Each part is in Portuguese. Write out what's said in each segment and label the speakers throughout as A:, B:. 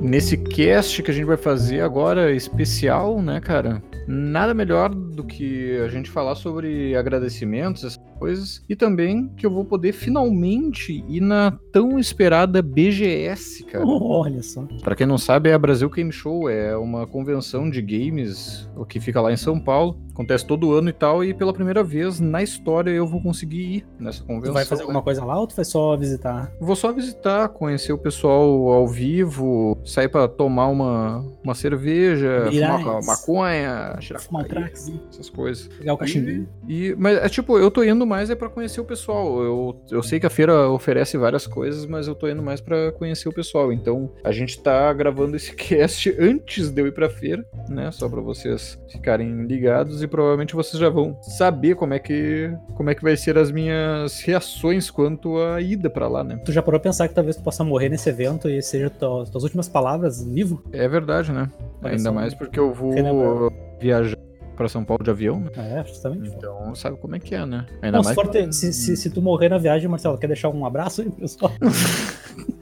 A: nesse cast que a gente vai fazer agora, especial, né, cara? Nada melhor do que a gente falar sobre agradecimentos, essas coisas, e também que eu vou poder finalmente ir na tão esperada BGS, cara.
B: Olha só.
A: Pra quem não sabe, é a Brasil Game Show, é uma convenção de games o que fica lá em São Paulo, acontece todo ano e tal, e pela primeira vez na história eu vou conseguir ir nessa
B: Tu
A: convenção.
B: vai fazer
A: né?
B: alguma coisa lá ou tu vai só visitar?
A: Vou só visitar, conhecer o pessoal ao vivo, sair pra tomar uma, uma cerveja,
B: Mirais.
A: fumar uma maconha, tirar
B: Fumar um
A: cocaína,
B: crack, assim,
A: essas coisas.
B: pegar o cachimbinho.
A: E, mas é tipo, eu tô indo mais é pra conhecer o pessoal. Eu, eu sei que a feira oferece várias coisas, mas eu tô indo mais pra conhecer o pessoal. Então, a gente tá gravando esse cast antes de eu ir pra feira, né? Só pra vocês ficarem ligados e provavelmente vocês já vão saber como é que como é que vai ser as minhas reações quanto à ida pra lá, né?
B: Tu já parou a pensar que talvez tu possa morrer nesse evento e seja tuas, tuas últimas palavras vivo?
A: É verdade, né?
B: Olha
A: Ainda
B: só.
A: mais porque eu vou
B: Quem lembra?
A: viajar pra São Paulo de avião, né?
B: É, justamente.
A: Então sabe como é que é, né? Ainda
B: Não, se,
A: mais.
B: for ter- se, se- se tu morrer na viagem, Marcelo, quer deixar um abraço aí, pessoal?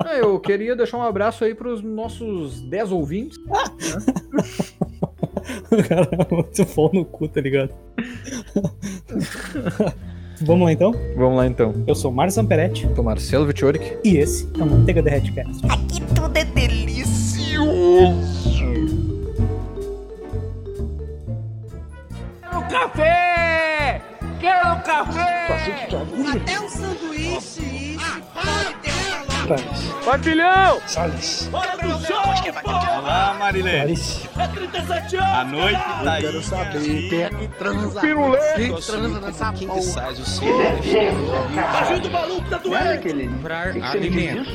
A: Ah, eu queria deixar um abraço aí pros nossos 10 ouvintes.
B: Cara, é muito bom no cu, tá ligado? Vamos lá então?
A: Vamos lá então.
B: Eu sou o Mário Samperetti
A: Eu sou Marcelo Vittoric.
B: e esse é o Manteiga Derrete Cast.
C: Aqui tudo é delicioso.
D: Quero café! Quero café!
E: Até um sanduíche, isso
F: Ah,
E: pode ter um calor.
D: Patilhão!
G: Salles.
F: Olá, Marilene.
D: É 37 anos!
F: A noite tá aí.
G: Quero saber quem é que transa.
D: Pirulê!
G: Quem transa nessa porra?
F: Sai o seu.
D: Ajuda o maluco, tá doendo!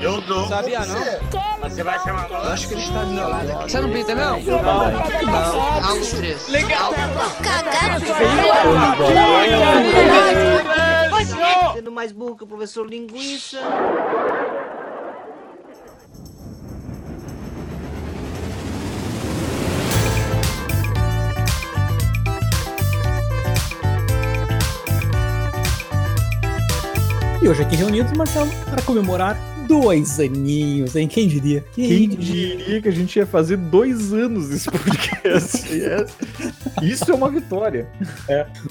G: Eu dou.
H: Sabia não?
D: Você vai chamar
H: Eu acho que ele está do meu lado aqui. Você não pinta não?
G: Aos três.
C: Cagaram de
E: Sendo mais burro que o professor linguiça.
B: E hoje aqui reunidos, Marcelo, para comemorar dois aninhos, hein? Quem diria?
A: Quem diria que a gente ia fazer dois anos esse podcast? É. Isso é uma vitória.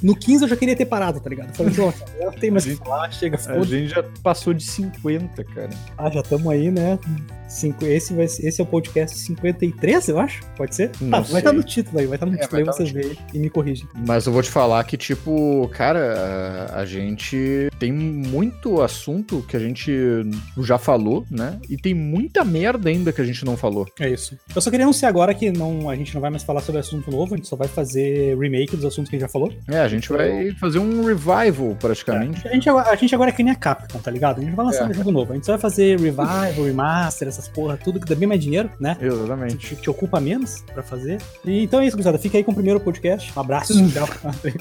B: No 15 eu já queria ter parado, tá ligado? Falei, ó, já tem mais o que
A: Gente, É.
B: falar, chega,
A: A
B: foda
A: gente já passou de 50, cara.
B: Ah, já estamos aí, né? Cinco, esse, vai, ser- esse é o podcast 53, eu acho? Pode ser?
A: Não
B: Tá,
A: sei.
B: vai estar no título aí, vai estar no
A: É,
B: título
A: vai
B: aí,
A: tá no
B: vocês veem e me corrigem.
A: Mas eu vou te falar que, tipo, cara, a a gente tem muito assunto que a gente já falou, né? E tem muita merda ainda que a gente não falou.
B: É isso. Eu só queria anunciar agora que não, a gente não vai mais falar sobre assunto novo, a gente só vai fazer remake dos assuntos que a gente já falou.
A: É, a gente vai fazer um revival, praticamente.
B: A gente, agora- a gente agora é que nem a Capcom, tá ligado? A gente não vai lançar
A: É.
B: um jogo novo, a gente só vai fazer revival, remaster, essas porra, tudo que dá bem mais dinheiro, né?
A: É. Exatamente.
B: Te, te ocupa menos pra fazer. E, então é isso, gurizada. Fica aí com o primeiro podcast. Um abraço. Tchau.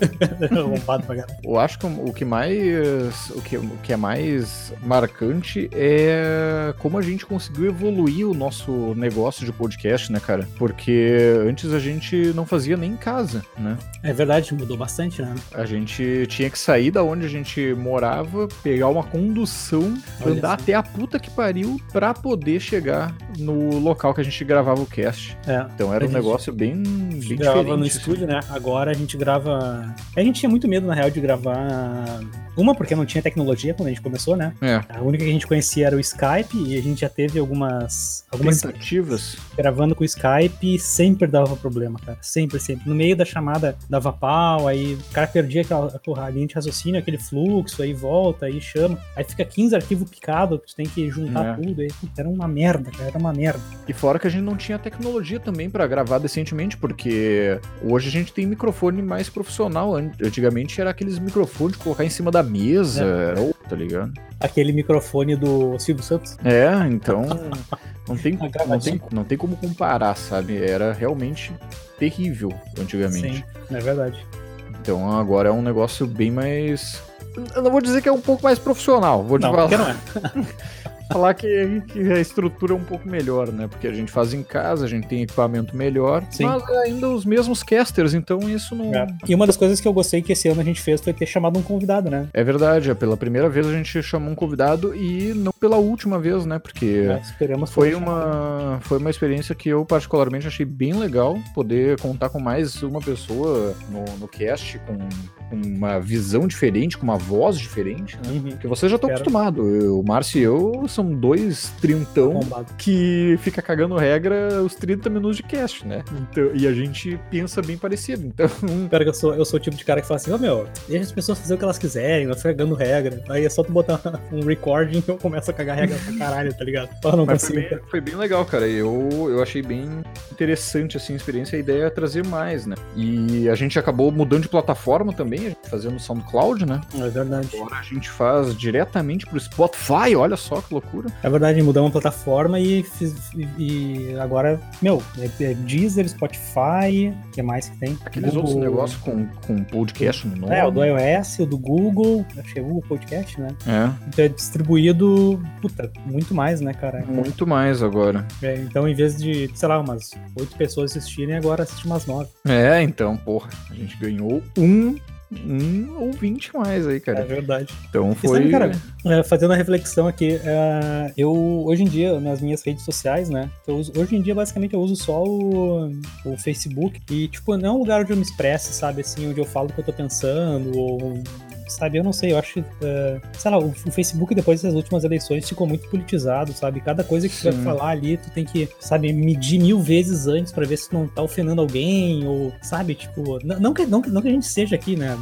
B: Bombado pra caralho.
A: Eu acho que o que mais. O que, o que é mais marcante é como a gente conseguiu evoluir o nosso negócio de podcast, né, cara? Porque antes a gente não fazia nem em casa, né?
B: É verdade, mudou bastante, né?
A: A gente tinha que sair da onde a gente morava, pegar uma condução,
B: Olha
A: andar
B: só.
A: até a puta que pariu pra poder chegar no local que a gente gravava o cast.
B: É.
A: Então era
B: A
A: um
B: gente-
A: negócio bem, bem
B: A gente
A: diferente.
B: gravava no
A: assim.
B: estúdio, né? Agora a gente grava. A gente tinha muito medo, na real, de gravar. Uma, porque não tinha tecnologia quando a gente começou, né?
A: É.
B: A única que a gente conhecia era o Skype e a gente já teve algumas. Algumas
A: Tentativas.
B: gravando com o Skype e sempre dava problema, cara. Sempre, sempre. No meio da chamada dava pau, aí o cara perdia aquela porra, a linha de raciocínio, aquele fluxo, aí volta, aí chama. Aí fica 15 arquivos picados, tu tem que juntar
A: É.
B: tudo. Aí, puta, era uma merda, cara. Era uma merda.
A: E fora que a gente não tinha tecnologia também pra gravar decentemente, porque hoje a gente tem microfone mais profissional. An- Antigamente era aqueles microfones de colocar em cima da mesa, era outro, tá ligado?
B: Aquele microfone do Silvio Santos.
A: É, então não tem,
B: A
A: não
B: gravatinha.
A: tem, não tem como comparar, sabe? Era realmente terrível antigamente.
B: Sim, é verdade.
A: Então agora é um negócio bem mais eu não vou dizer que é um pouco mais profissional, vou te
B: Não,
A: falar.
B: Ah, porque não é.
A: falar que, que a estrutura é um pouco melhor, né? Porque a gente faz em casa, a gente tem equipamento melhor,
B: Sim.
A: mas ainda os mesmos casters, então isso não. É.
B: E uma das coisas que eu gostei que esse ano a gente fez foi ter chamado um convidado, né?
A: verdade, é pela primeira vez a gente chamou um convidado e não pela última vez, né? Porque
B: Nós esperamos
A: Foi
B: poxa,
A: uma, foi uma experiência que eu particularmente achei bem legal poder contar com mais uma pessoa no, no cast, com, com uma visão diferente, com uma voz diferente, né?
B: Uhum.
A: Porque vocês já estão
B: Quero.
A: acostumados. Eu- O Márcio e eu são dois trintão
B: bombado.
A: que fica cagando regra os 30 minutos de cast, né? Então- e a gente pensa bem parecido. Então,
B: Pior que eu sou, eu sou o tipo de cara que fala assim, ô meu, deixa as pessoas fazerem o que elas quiserem, não fica cagando regra. Aí é só tu botar um recording e eu começo a cagar regra pra caralho, tá ligado? Eu não
A: Mas foi,
B: consigo.
A: bem, foi bem legal, cara. Eu, eu achei bem interessante assim, a experiência. A ideia é trazer mais, né? E a gente acabou mudando de plataforma também, a gente fazendo SoundCloud, né?
B: É verdade.
A: Agora a gente faz diretamente pro Spotify, olha só que loucura.
B: É verdade, mudamos a plataforma e, fiz- e- e agora, meu, é, é Deezer, Spotify, o que mais que tem?
A: Aqueles
B: Google-
A: outros negócios com, com podcast no nome.
B: É, o do iOS, o do Google, achei o Google Podcast, né?
A: É,
B: Então é distribuído, puta, muito mais, né, cara?
A: muito mais agora.
B: É, então, em vez de, sei lá, umas oito pessoas assistirem, agora assiste umas nove.
A: É, então, porra, a gente ganhou um, um ou vinte mais aí,
B: É
A: cara.
B: verdade.
A: Então
B: E
A: foi.
B: sabe, cara, é, fazendo a reflexão aqui, é, eu, hoje em dia, nas minhas redes sociais, né, eu uso- hoje em dia, basicamente, eu uso só o, o Facebook e, tipo, não é um lugar onde eu me expresso, sabe, assim, onde eu falo o que eu tô pensando ou... Sabe, eu não sei, eu acho. é, sei lá, o, o Facebook depois das últimas eleições ficou muito politizado, sabe? Cada coisa que tu vai
A: Sim.
B: falar ali, tu tem que, sabe, medir mil vezes antes pra ver se tu não tá ofendendo alguém, ou, sabe, tipo. n- Não que, não, que- não que a gente seja aqui, né?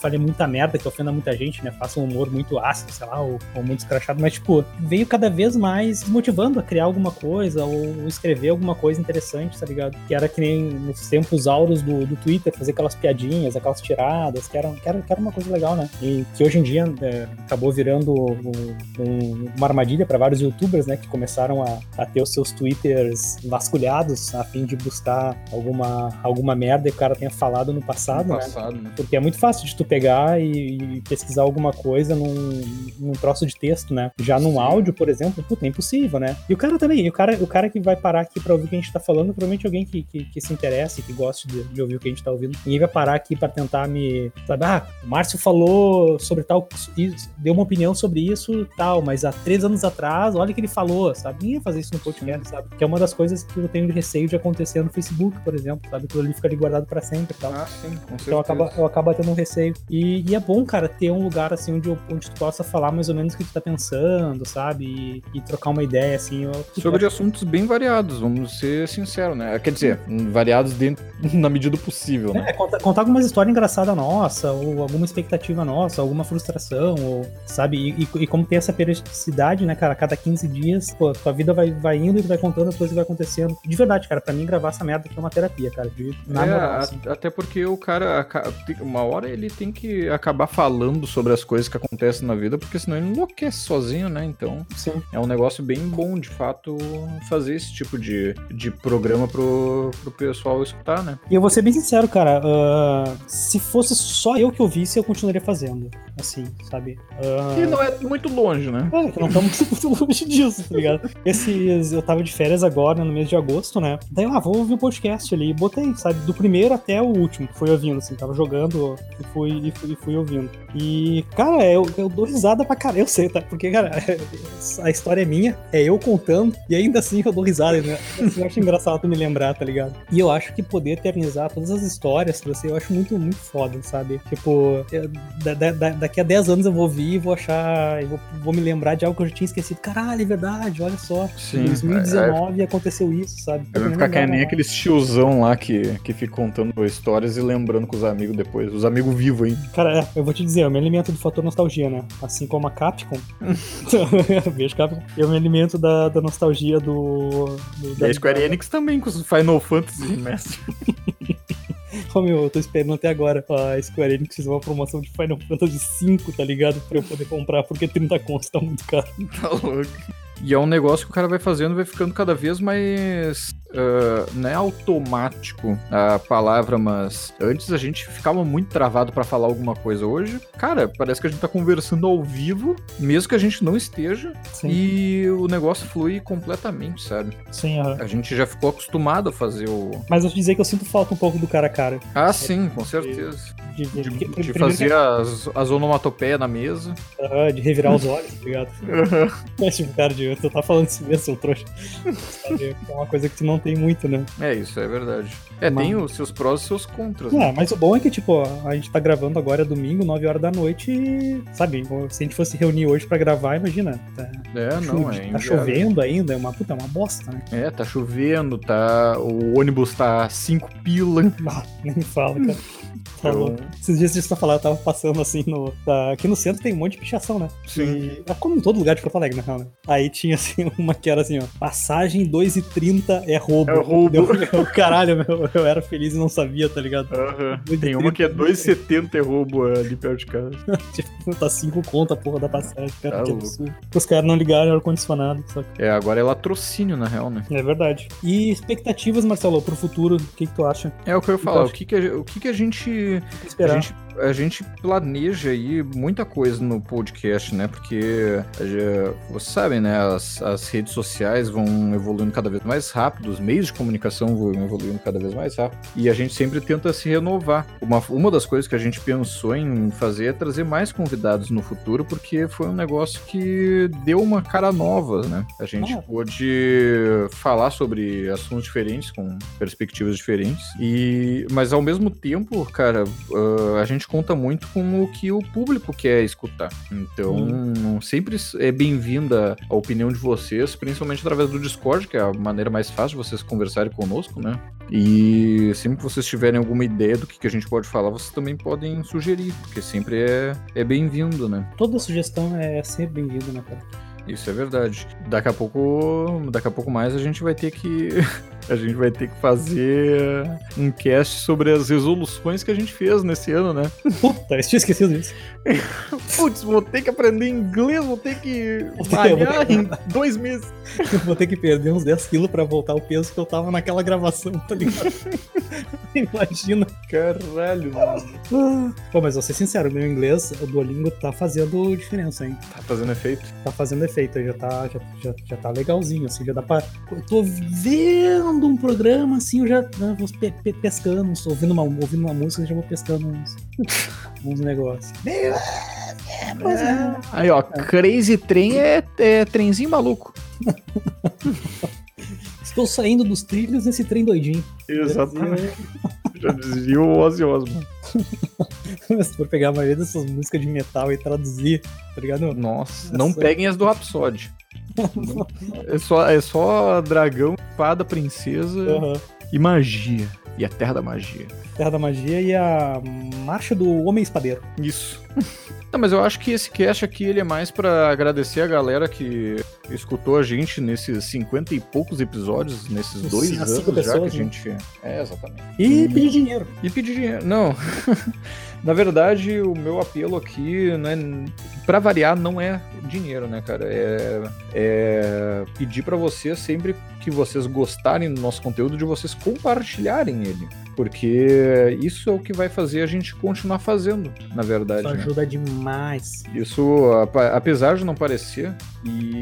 B: falei muita merda, que ofenda muita gente, né? Faça um humor muito ácido, sei lá, ou, ou muito escrachado, mas, tipo, veio cada vez mais motivando a criar alguma coisa ou escrever alguma coisa interessante, tá ligado? Que era que nem nos tempos auros do, do Twitter, fazer aquelas piadinhas, aquelas tiradas, que era, que era, que era uma coisa legal, né? E que hoje em dia é, acabou virando um- um- uma armadilha para vários youtubers, né? Que começaram a, a ter os seus twitters vasculhados a fim de buscar alguma, alguma merda que o cara tenha falado no passado, né?
A: passado, né?
B: Porque é muito fácil de tu pegar e, e pesquisar alguma coisa num, num troço de texto, né? Já num áudio, por exemplo, puta, é impossível, né? E o cara também, e o cara, o cara que vai parar aqui pra ouvir o que a gente tá falando, provavelmente alguém que, que, que se interesse, que goste de, de ouvir o que a gente tá ouvindo. Ninguém vai parar aqui pra tentar me. Sabe, ah, o Márcio falou sobre tal. isso- Deu uma opinião sobre isso tal, mas há três anos atrás, olha o que ele falou, sabe? Ninguém ia fazer isso no podcast, sabe? Que é uma das coisas que eu tenho de receio de acontecer no Facebook, por exemplo, sabe? Aquilo ali fica ali guardado pra sempre e tal.
A: Ah, sim, com certeza.
B: Então eu acaba, eu acaba tendo um receio. E, e é bom, cara, ter um lugar assim onde, eu- onde tu possa falar mais ou menos o que tu tá pensando, sabe? E, e trocar uma ideia, assim. Eu,
A: Sobre assuntos bem variados, vamos ser sinceros, né? Quer dizer, variados dentro, na medida do possível, né?
B: É, contar, contar algumas histórias engraçadas nossa, ou alguma expectativa nossa, alguma frustração, ou, sabe? E, e- e como tem essa periodicidade, né, cara? A cada 15 dias, pô, tua vida vai, vai indo e tu vai contando as coisas que vai acontecendo. De verdade, cara, pra mim gravar essa merda aqui é uma terapia, cara. De, na
A: É,
B: moral,
A: a-
B: assim.
A: até porque o cara, aca- tem- uma hora ele tem que acabar falando sobre as coisas que acontecem na vida, porque senão ele enlouquece sozinho, né? Então
B: Sim.
A: é um negócio bem bom, de fato, fazer esse tipo de, de programa pro, pro pessoal escutar, né?
B: E eu vou ser bem sincero, cara. ah, se fosse só eu que ouvisse, eu continuaria fazendo. Assim, sabe? Ah,
A: E não é muito longe, né?
B: É, que não estamos muito longe disso, tá ligado? Esses, eu tava de férias agora, no mês de agosto, né? Daí lá, vou ouvir o podcast ali. E botei, sabe? Do primeiro até o último. Fui ouvindo, assim. Tava jogando e fui, e fui, e fui ouvindo. E, cara, eu, eu dou risada pra caralho. Eu sei, tá? Porque, cara, a história é minha. É eu contando. E ainda assim eu dou risada, né? Assim, eu acho engraçado tu me lembrar, tá ligado? E eu acho que poder eternizar todas as histórias, pra você, eu acho muito, muito foda, sabe? Tipo, eu- da- da- da- daqui a 10 anos eu vou ouvir e vou achar, eu vou, vou me lembrar de algo que eu já tinha esquecido. Caralho, é verdade, olha só. Em
A: Sim. é,
B: 2019 aconteceu isso, sabe?
A: Eu vou
B: não
A: ficar que
B: lembrava
A: nem
B: nada.
A: aqueles tiozão lá que, que fica contando histórias e lembrando com os amigos depois. Os amigos vivos, hein?
B: Cara, é, eu vou te dizer, eu me alimento do fator nostalgia, né? Assim como a Capcom. Então, eu vejo Capcom. Eu me alimento da, da nostalgia do. do
A: E
B: da-
A: a Square Enix também com os Final Fantasy né? Remaster.
B: Ô meu, eu tô esperando até agora a Square Enix fazer uma promoção de Final Fantasy V, tá ligado? Pra eu poder comprar, porque 30 contos tá muito caro.
A: Tá louco. E é um negócio que o cara vai fazendo, vai ficando cada vez mais. ah, não é automático a palavra, mas antes a gente ficava muito travado pra falar alguma coisa. Hoje, cara, parece que a gente tá conversando ao vivo, mesmo que a gente não esteja,
B: Sim,
A: e o negócio flui completamente, sabe?
B: sim, aham.
A: A gente já ficou acostumado a fazer o.
B: Mas eu vou te dizer que eu sinto falta um pouco do cara a cara.
A: Ah, sim, com certeza.
B: De, de,
A: De,
B: porque-
A: de
B: primeiro
A: fazer
B: que-
A: as, as onomatopeias na mesa.
B: aham, de revirar os olhos, tá ligado? Mas tipo, cara, de, tu tá falando isso mesmo, seu trouxa. Sabe, É uma coisa que tu não tem muito, né?
A: É, isso é verdade. É,
B: Mas-
A: tem os seus prós e seus contras. né?
B: Ah, mas o bom é que, tipo, a gente tá gravando agora domingo, 9 horas da noite e, sabe, se a gente fosse reunir hoje pra gravar, imagina, tá,
A: É,
B: chu-
A: não, é.
B: tá
A: inviável.
B: chovendo ainda, é uma puta, é uma bosta, né?
A: É, tá chovendo, tá. O ônibus tá 5 pila.
B: Ah, nem me fala, cara. Tá louco.
A: Então,
B: Esses dias disso pra falar, eu tava passando assim no. tá- aqui no centro tem um monte de pichação, né?
A: Sim.
B: E, ah, como em todo lugar de Porto Alegre, na real, né? Aí tinha assim uma que era assim, ó. Passagem 2,30 é roubo.
A: É roubo.
B: Deu- caralho, meu, eu era feliz e não sabia, tá ligado?
A: Tem uma que é 2,70 e roubo é, ali perto de casa.
B: Tipo, tá 5 conto a porra da passagem, cara.
A: Tá
B: que
A: louco.
B: absurdo. Os caras não ligaram ar-condicionado, só
A: É, agora é latrocínio, na real, né?
B: que. É verdade. E expectativas, Marcelo, pro futuro, o que, que tu acha?
A: É o que eu ia falar.
B: Então,
A: O que, que, a, o que, que a gente
B: O que
A: A
B: esperar?
A: gente, a gente planeja aí muita coisa no podcast, né? Porque a ge- vocês sabem, né? As, as redes sociais vão evoluindo cada vez mais rápido, os meios de comunicação vão evoluindo cada vez mais rápido. E a gente sempre tenta se renovar. Uma, uma das coisas que a gente pensou em fazer é trazer mais convidados no futuro, porque foi um negócio que deu uma cara nova, né? A gente
B: Ah.
A: pôde falar sobre assuntos diferentes, com perspectivas diferentes. E, mas ao mesmo tempo, cara, Uh, a gente conta muito com o que o público quer escutar. Então, sempre s- é bem-vinda a opinião de vocês, principalmente através do Discord, que é a maneira mais fácil de vocês conversarem conosco, né? E sempre que vocês tiverem alguma ideia do que, que a gente pode falar, vocês também podem sugerir, porque sempre é, é bem-vindo, né?
B: Toda sugestão é ser bem-vinda, né, cara?
A: Isso é verdade. Daqui a pouco, daqui a pouco mais a gente vai ter que a gente vai ter que fazer um cast sobre as resoluções que a gente fez nesse ano, né?
B: Puta, eu tinha esquecido disso.
A: Putz, vou ter que aprender inglês, vou ter que
B: malhar
A: em dois meses.
B: Eu vou ter que perder uns 10 quilos pra voltar o peso que eu tava naquela gravação, tá ligado? Imagina.
A: Caralho,
B: Pô, mas vou ser sincero, meu inglês, o Duolingo tá fazendo diferença, hein?
A: Tá fazendo efeito?
B: Tá fazendo efeito, já tá, já, já, já tá legalzinho, assim, já dá pra... Eu tô vendo um programa, assim, eu já né, vou pe- pe- pescando, tô ouvindo uma, ouvindo uma música, eu já vou pescando uns, uns negócios. é,
A: Aí, ó, Crazy Train é, é trenzinho maluco.
B: Estou saindo dos trilhos nesse trem doidinho.
A: Já desviou o Ozzy Osbourne.
B: Se for pegar a maioria dessas músicas de metal e traduzir, tá ligado?
A: Nossa, não
B: Nossa.
A: peguem as do Rhapsody. é, só, é só dragão, espada, princesa
B: Aham.
A: e magia. E a terra da magia.
B: Terra da Magia e a Marcha do Homem Espadeiro.
A: Isso. Não, mas eu acho que esse cast aqui ele é mais pra agradecer a galera que escutou a gente nesses 50 e poucos episódios, nesses
B: Uns
A: dois
B: cinco a
A: anos
B: cinco
A: já que a
B: pessoas, né?
A: gente. É, exatamente.
B: E pedir dinheiro.
A: E pedir dinheiro. Não. Na verdade, o meu apelo aqui, né, para variar, não é dinheiro, né, cara? É, é pedir pra vocês sempre que vocês gostarem do nosso conteúdo, de vocês compartilharem ele. Porque isso é o que vai fazer a gente continuar fazendo, na verdade.
B: Isso
A: né?
B: ajuda demais.
A: Isso, apa- apesar de não parecer,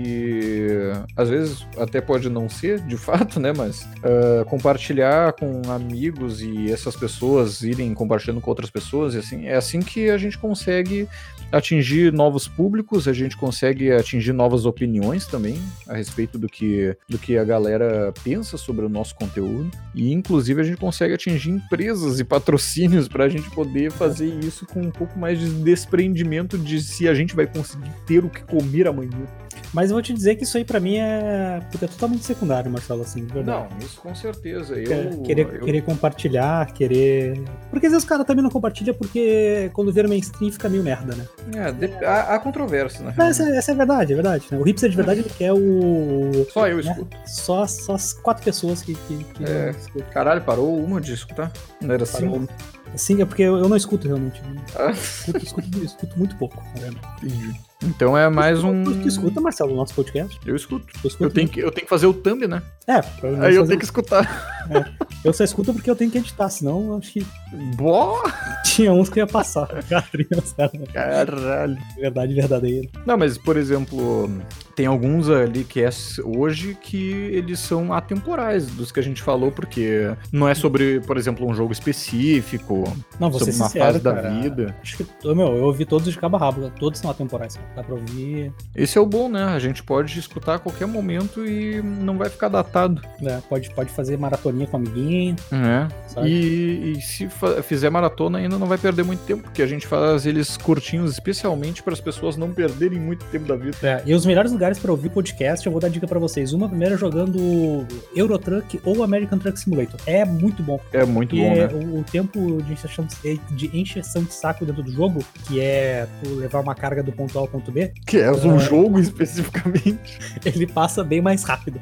A: e às vezes até pode não ser, de fato, né? Mas ah, compartilhar com amigos e essas pessoas irem compartilhando com outras pessoas, e assim, é assim que a gente consegue atingir novos públicos, a gente consegue atingir novas opiniões também a respeito do que, do que a galera pensa sobre o nosso conteúdo. E inclusive a gente consegue atingir empresas e patrocínios para a gente poder fazer isso com um pouco mais de desprendimento de se a gente vai conseguir ter o que comer amanhã. né?
B: Mas eu vou te dizer que isso aí pra mim é, puta, é totalmente secundário, Marcelo, assim, de verdade.
A: Não, isso com certeza.
B: É,
A: Eu,
B: querer,
A: eu-
B: querer compartilhar, querer. Porque às vezes o cara também não compartilha porque quando vira mainstream fica meio merda, né?
A: É, de- há, há controvérsia, né?
B: Mas essa, essa é a verdade, é verdade. Né? O hipster de verdade ele quer o.
A: Só eu
B: né?
A: escuto.
B: Só, só as quatro pessoas que, que, que
A: É.
B: escutam.
A: Caralho, parou uma de escutar? Não era assim?
B: Parou. Sim, é porque eu, eu não escuto realmente.
A: Ah.
B: Eu escuto, escuto, escuto muito pouco, tá vendo?
A: Entendi. Então é mais um.
B: Tu, tu escuta, Marcelo, o nosso podcast?
A: Eu escuto.
B: Tu escuta?
A: Eu tenho que, eu tenho que fazer o thumb, né?
B: É, provavelmente
A: Aí eu
B: fazer-
A: tenho que escutar.
B: eu só escuto porque eu tenho que editar, senão eu acho que
A: Bó!
B: tinha uns que ia passar. Catrinha, sério,
A: Caralho.
B: é verdade verdadeira.
A: Não, mas, por exemplo, tem alguns ali que é s- hoje que eles são atemporais dos que a gente falou, porque não é sobre, por exemplo, um jogo específico,
B: Não, vou ser
A: sobre uma
B: sincero,
A: fase
B: cara,
A: da vida.
B: Acho que, ô, meu, eu ouvi todos de cabo a rabo, todos são atemporais, cara. Dá pra ouvir,
A: Esse é o bom, né? A gente pode escutar a qualquer momento e não vai ficar datado,
B: né, pode, pode fazer maratoninha com amiguinho,
A: né?
B: sabe?
A: E, e se fa- fizer maratona ainda não vai perder muito tempo, porque a gente faz eles curtinhos especialmente para as pessoas não perderem muito tempo da vida.
B: É, e os melhores lugares pra ouvir podcast, eu vou dar dica pra vocês. Uma primeira é jogando Eurotruck ou American Truck Simulator. É muito bom.
A: É muito
B: Porque
A: bom, né?
B: o, o tempo de encheção de, de encheção de saco dentro do jogo, que é tu levar uma carga do ponto A ao ponto B,
A: Que é
B: É.
A: um jogo especificamente.
B: ele passa bem mais rápido.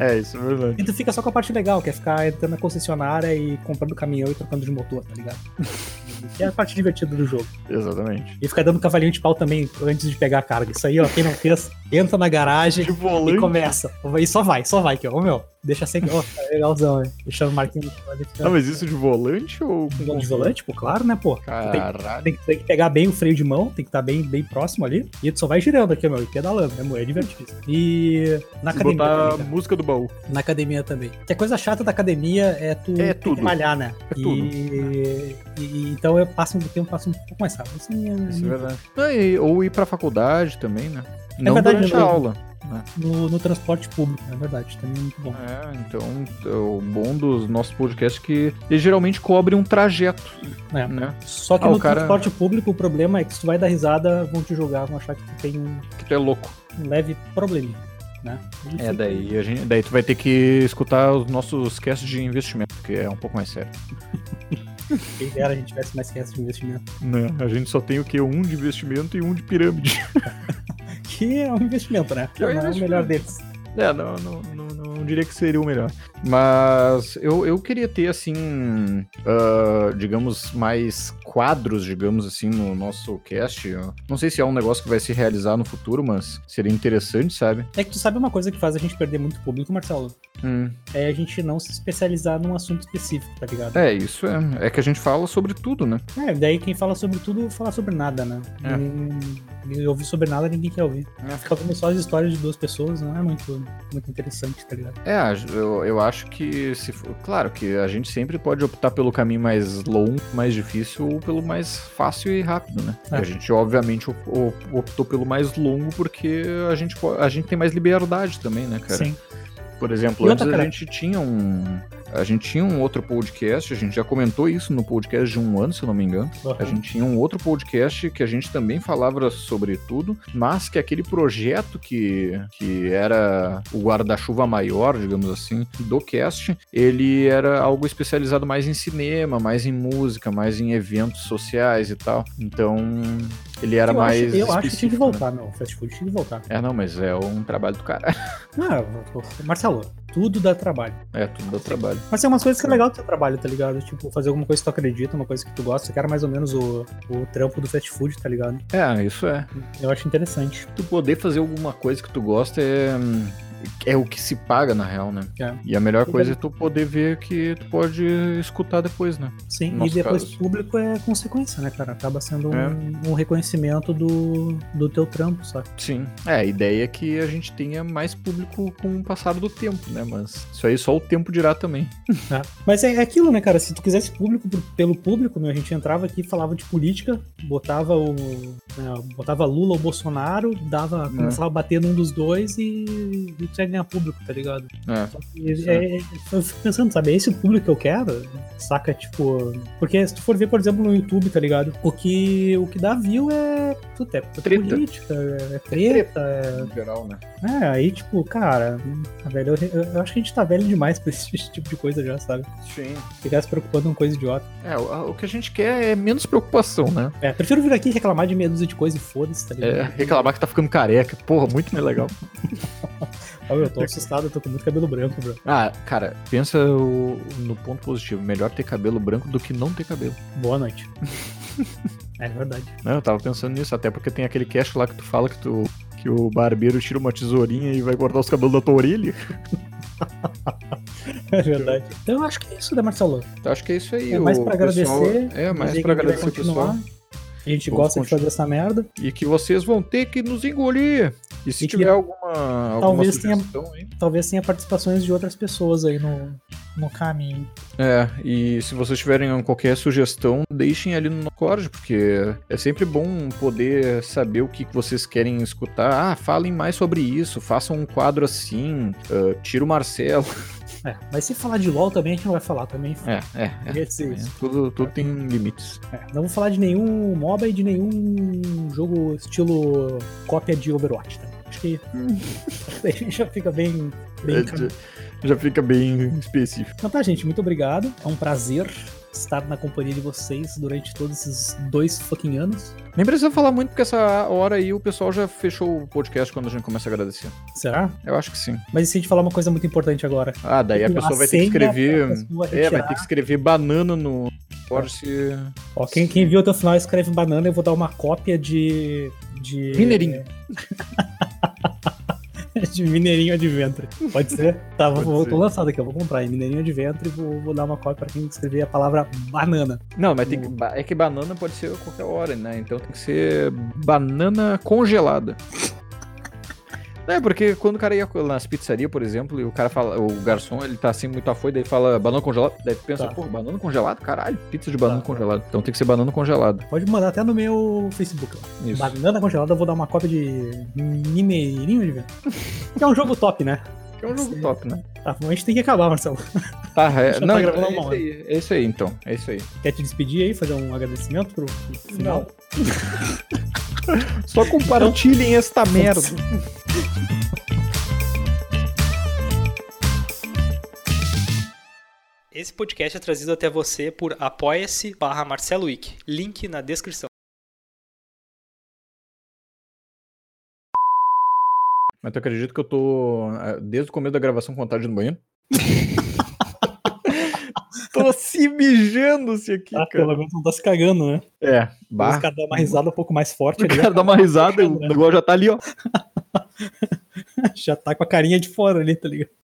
A: É, isso é verdade.
B: E tu fica só com a parte legal, que é ficar entrando na concessionária e comprando caminhão e trocando de motor, tá ligado? Que é a parte divertida do jogo.
A: Exatamente.
B: E ficar dando cavalinho de pau também antes de pegar a carga. Isso aí, ó, quem não fez, entra na garagem
A: De
B: e
A: volante.
B: começa. E só vai, só vai aqui, ó. Ô, meu, deixa sempre. Ó, tá legalzão, né? Deixando o Marquinhos ali.
A: Não,
B: Fica...
A: Ah, mas isso de volante ou com
B: De volante, pô, claro, né, pô?
A: Caralho.
B: Tem que, tem que pegar bem o freio de mão, tem que estar bem, bem próximo ali. E tu só vai girando aqui, meu, e pedalando, né, meu? É divertido. E na
A: Se
B: academia
A: botar a
B: também,
A: música do baú.
B: cara. Na academia também. Que a coisa chata da academia é tu
A: É
B: ter que
A: tudo.
B: malhar, né?
A: É
B: e,
A: tudo.
B: e- então eu passo um tempo, passo um pouco mais rápido. Assim,
A: Isso é verdade. Não, e- ou ir pra faculdade também, né? Não
B: verdade,
A: durante
B: né?
A: a aula.
B: no, no transporte público, é verdade, também é muito bom.
A: É, então é o bom dos nossos podcasts é que ele geralmente cobre um trajeto,
B: É.
A: né?
B: Só que
A: Ah,
B: no
A: o cara-
B: transporte público o problema é que se tu vai dar risada, vão te julgar, vão achar que tu tem um
A: Que tu é louco.
B: um leve probleminha, né? E
A: É,
B: fica-
A: daí a gente, daí tu vai ter que escutar os nossos casts de investimento, que é um pouco mais sério.
B: Quem dera a gente tivesse mais resto de investimento.
A: Né? A gente só tem o quê? Um de investimento e um de pirâmide.
B: Que é um investimento, né?
A: Que é um
B: Não o
A: investimento.
B: melhor deles.
A: É, não, não, não, não diria que seria o melhor. Mas eu, eu queria ter, assim, ah, digamos, mais quadros, digamos assim, no nosso cast. Não sei se é um negócio que vai se realizar no futuro, mas seria interessante, sabe?
B: É que tu sabe uma coisa que faz a gente perder muito público, Marcelo?
A: Hum,
B: É a gente não se especializar num assunto específico, tá ligado?
A: É, isso é. É que a gente fala sobre tudo, né?
B: É, daí quem fala sobre tudo, fala sobre nada, né?
A: É.
B: Ninguém- Ninguém ouvir sobre nada, ninguém quer ouvir.
A: É.
B: Fica ouvindo só as histórias de duas pessoas, não é muito, muito interessante, tá ligado?
A: É, eu, eu acho que se for. Claro que a gente sempre pode optar pelo caminho mais longo, mais difícil, ou pelo mais fácil e rápido, né?
B: É.
A: A gente, obviamente, op- op- optou pelo mais longo porque a gente, po- a gente tem mais liberdade também, né, cara?
B: Sim.
A: Por
B: E
A: exemplo,
B: outra,
A: antes a
B: cara-
A: gente tinha um. A gente tinha um outro podcast, a gente já comentou isso no podcast de um ano, se eu não me engano. A
B: Uhum.
A: gente tinha um outro podcast que a gente também falava sobre tudo, mas que aquele projeto que, que era o guarda-chuva maior, digamos assim, do cast, ele era algo especializado mais em cinema, mais em música, mais em eventos sociais e tal. Então, ele era
B: eu
A: mais.
B: acho, eu acho que tinha que
A: específico, né?
B: voltar, meu. Fast food tinha que voltar.
A: É, não, mas é um trabalho do cara.
B: Ah, eu tô- Marcelo, tudo dá trabalho.
A: É, tudo dá trabalho.
B: Mas tem umas coisas que é
A: Sim.
B: legal do teu trabalho, tá ligado? Tipo, fazer alguma coisa que tu acredita, uma coisa que tu gosta, que era mais ou menos o, o trampo do fast food, tá ligado?
A: É, isso é.
B: Eu acho interessante.
A: Tu poder fazer alguma coisa que tu gosta é, é o que se paga, na real, né?
B: É.
A: E a melhor coisa é tu poder ver que tu pode escutar depois, né?
B: Sim,
A: Nosso
B: e depois
A: caso.
B: público é consequência, né, cara? Acaba sendo um,
A: É.
B: um reconhecimento do, do teu trampo, sabe?
A: Sim. É, a ideia é que a gente tenha mais público com o passar do tempo, né? Mas isso aí só o tempo dirá também.
B: Mas é, é aquilo, né, cara? Se tu quisesse público por- pelo público, meu, a gente entrava aqui, falava de política, botava o. né, botava Lula ou Bolsonaro, dava,
A: Hum.
B: começava a bater num dos dois e, e tu ia ganhar público, tá ligado?
A: É.
B: E, é, eu fico pensando, sabe, é esse o público que eu quero? Saca, tipo. Porque se tu for ver, por exemplo, no YouTube, tá ligado? O que, o que dá view é. Puta, é
A: Treta.
B: política, é treta, é.
A: No geral, né?
B: É, aí, tipo, cara, ah, velho, eu, eu acho que a gente tá velho demais pra esse tipo de coisa já, sabe?
A: Sim.
B: Ficar se preocupando com coisa idiota.
A: É, o, o que a gente quer é menos preocupação, né?
B: É, prefiro vir aqui reclamar de meia dúzia de coisa e foda-se, tá
A: É,
B: ligado?
A: reclamar que tá ficando careca. Porra, muito mais legal.
B: Ó, eu tô assustado, eu tô com muito cabelo branco, bro.
A: Ah, cara, pensa o- no ponto positivo. Melhor ter cabelo branco do que não ter cabelo.
B: Boa noite. É verdade.
A: Não, eu tava pensando nisso, até porque tem aquele cast lá que tu fala que tu que o barbeiro tira uma tesourinha e vai cortar os cabelos da tua orelha.
B: É verdade. Então eu acho que é isso, né, Marcelo?
A: Então, acho que é isso aí.
B: É mais
A: o
B: pra agradecer.
A: pessoal- é, mais
B: dizer
A: pra
B: que vai
A: agradecer o pessoal.
B: continuar. A gente
A: Vamos
B: gosta de
A: continuar.
B: fazer essa merda.
A: E que vocês vão ter que nos engolir. E se
B: E que
A: tiver alguma, alguma
B: talvez tenha-
A: sugestão aí.
B: Talvez tenha participações de outras pessoas aí no, no caminho.
A: É, e se vocês tiverem qualquer sugestão, deixem ali no Discord, porque é sempre bom poder saber o que que vocês querem escutar. Ah, falem mais sobre isso, façam um quadro assim, ah, tira o Marcelo.
B: É, mas se falar de LOL também, a gente não vai falar também.
A: É, é, é.
B: Queria dizer isso.
A: é, Tudo, tudo tem limites.
B: É, não vou falar de nenhum MOBA e de nenhum jogo estilo cópia de Overwatch. Tá? Acho que a gente já fica bem. bem
A: É, já- já fica bem específico.
B: Então tá, gente, muito obrigado. É um prazer estar na companhia de vocês durante todos esses dois fucking anos.
A: Nem precisa falar muito, porque essa hora aí o pessoal já fechou o podcast quando a gente começa a agradecer.
B: Será?
A: Eu acho que sim.
B: Mas e se a gente falar uma coisa muito importante agora?
A: Ah, daí a pessoa vai ter que
B: senha pra
A: escrever.
B: pessoa
A: É, vai
B: retirar.
A: ter que escrever banana no. Pode se.
B: Ó, quem, quem viu até o final escreve banana, eu vou dar uma cópia de. de
A: Mineirinho.
B: de Mineirinho Adventure. Pode ser? Tá, vou,
A: Pode
B: vou-
A: ser.
B: tô lançado aqui, eu vou comprar aí Mineirinho Adventure e vou, vou dar uma cópia pra quem escrever a palavra banana.
A: Não, mas
B: Hum.
A: tem que... ba- é que banana pode ser a qualquer hora, né? Então tem que ser banana congelada. É, porque quando o cara ia nas pizzarias, por exemplo, e o cara fala, o garçom, ele tá assim muito afoito, daí fala banana congelada, daí tu pensa,
B: Tá.
A: pô, banana congelada? Caralho, pizza de banana
B: Tá.
A: congelada. Então tem que ser banana congelada.
B: Pode mandar até no meu Facebook. Lá.
A: Isso.
B: Banana congelada, eu vou dar uma cópia de Mineirinho Adventure. Que é um jogo top, né?
A: Que é um jogo
B: Sim.
A: top, né?
B: Tá, bom, a gente tem que acabar, Marcelo.
A: Tá, é,
B: Já tá
A: não,
B: gravando
A: é,
B: uma
A: isso
B: hora.
A: aí, é isso aí, então. É isso aí.
B: Quer te despedir aí, fazer um agradecimento pro pro final?
A: Só compartilhem esta merda.
I: Esse podcast é trazido até você por apoia-se barra Marcelo Wick. Link na descrição.
A: Mas tu acredita que eu tô, ah, desde o começo da gravação, com vontade no banheiro? tô se mijando-se aqui,
B: Ah,
A: cara.
B: pelo menos não tá se cagando, né?
A: É,
B: Os
A: barra.
B: caras dão uma risada um pouco mais forte
A: O
B: ali,
A: cara dá uma
B: né?
A: risada, o negócio já tá ali, ó.
B: já tá com a carinha de fora ali, tá ligado?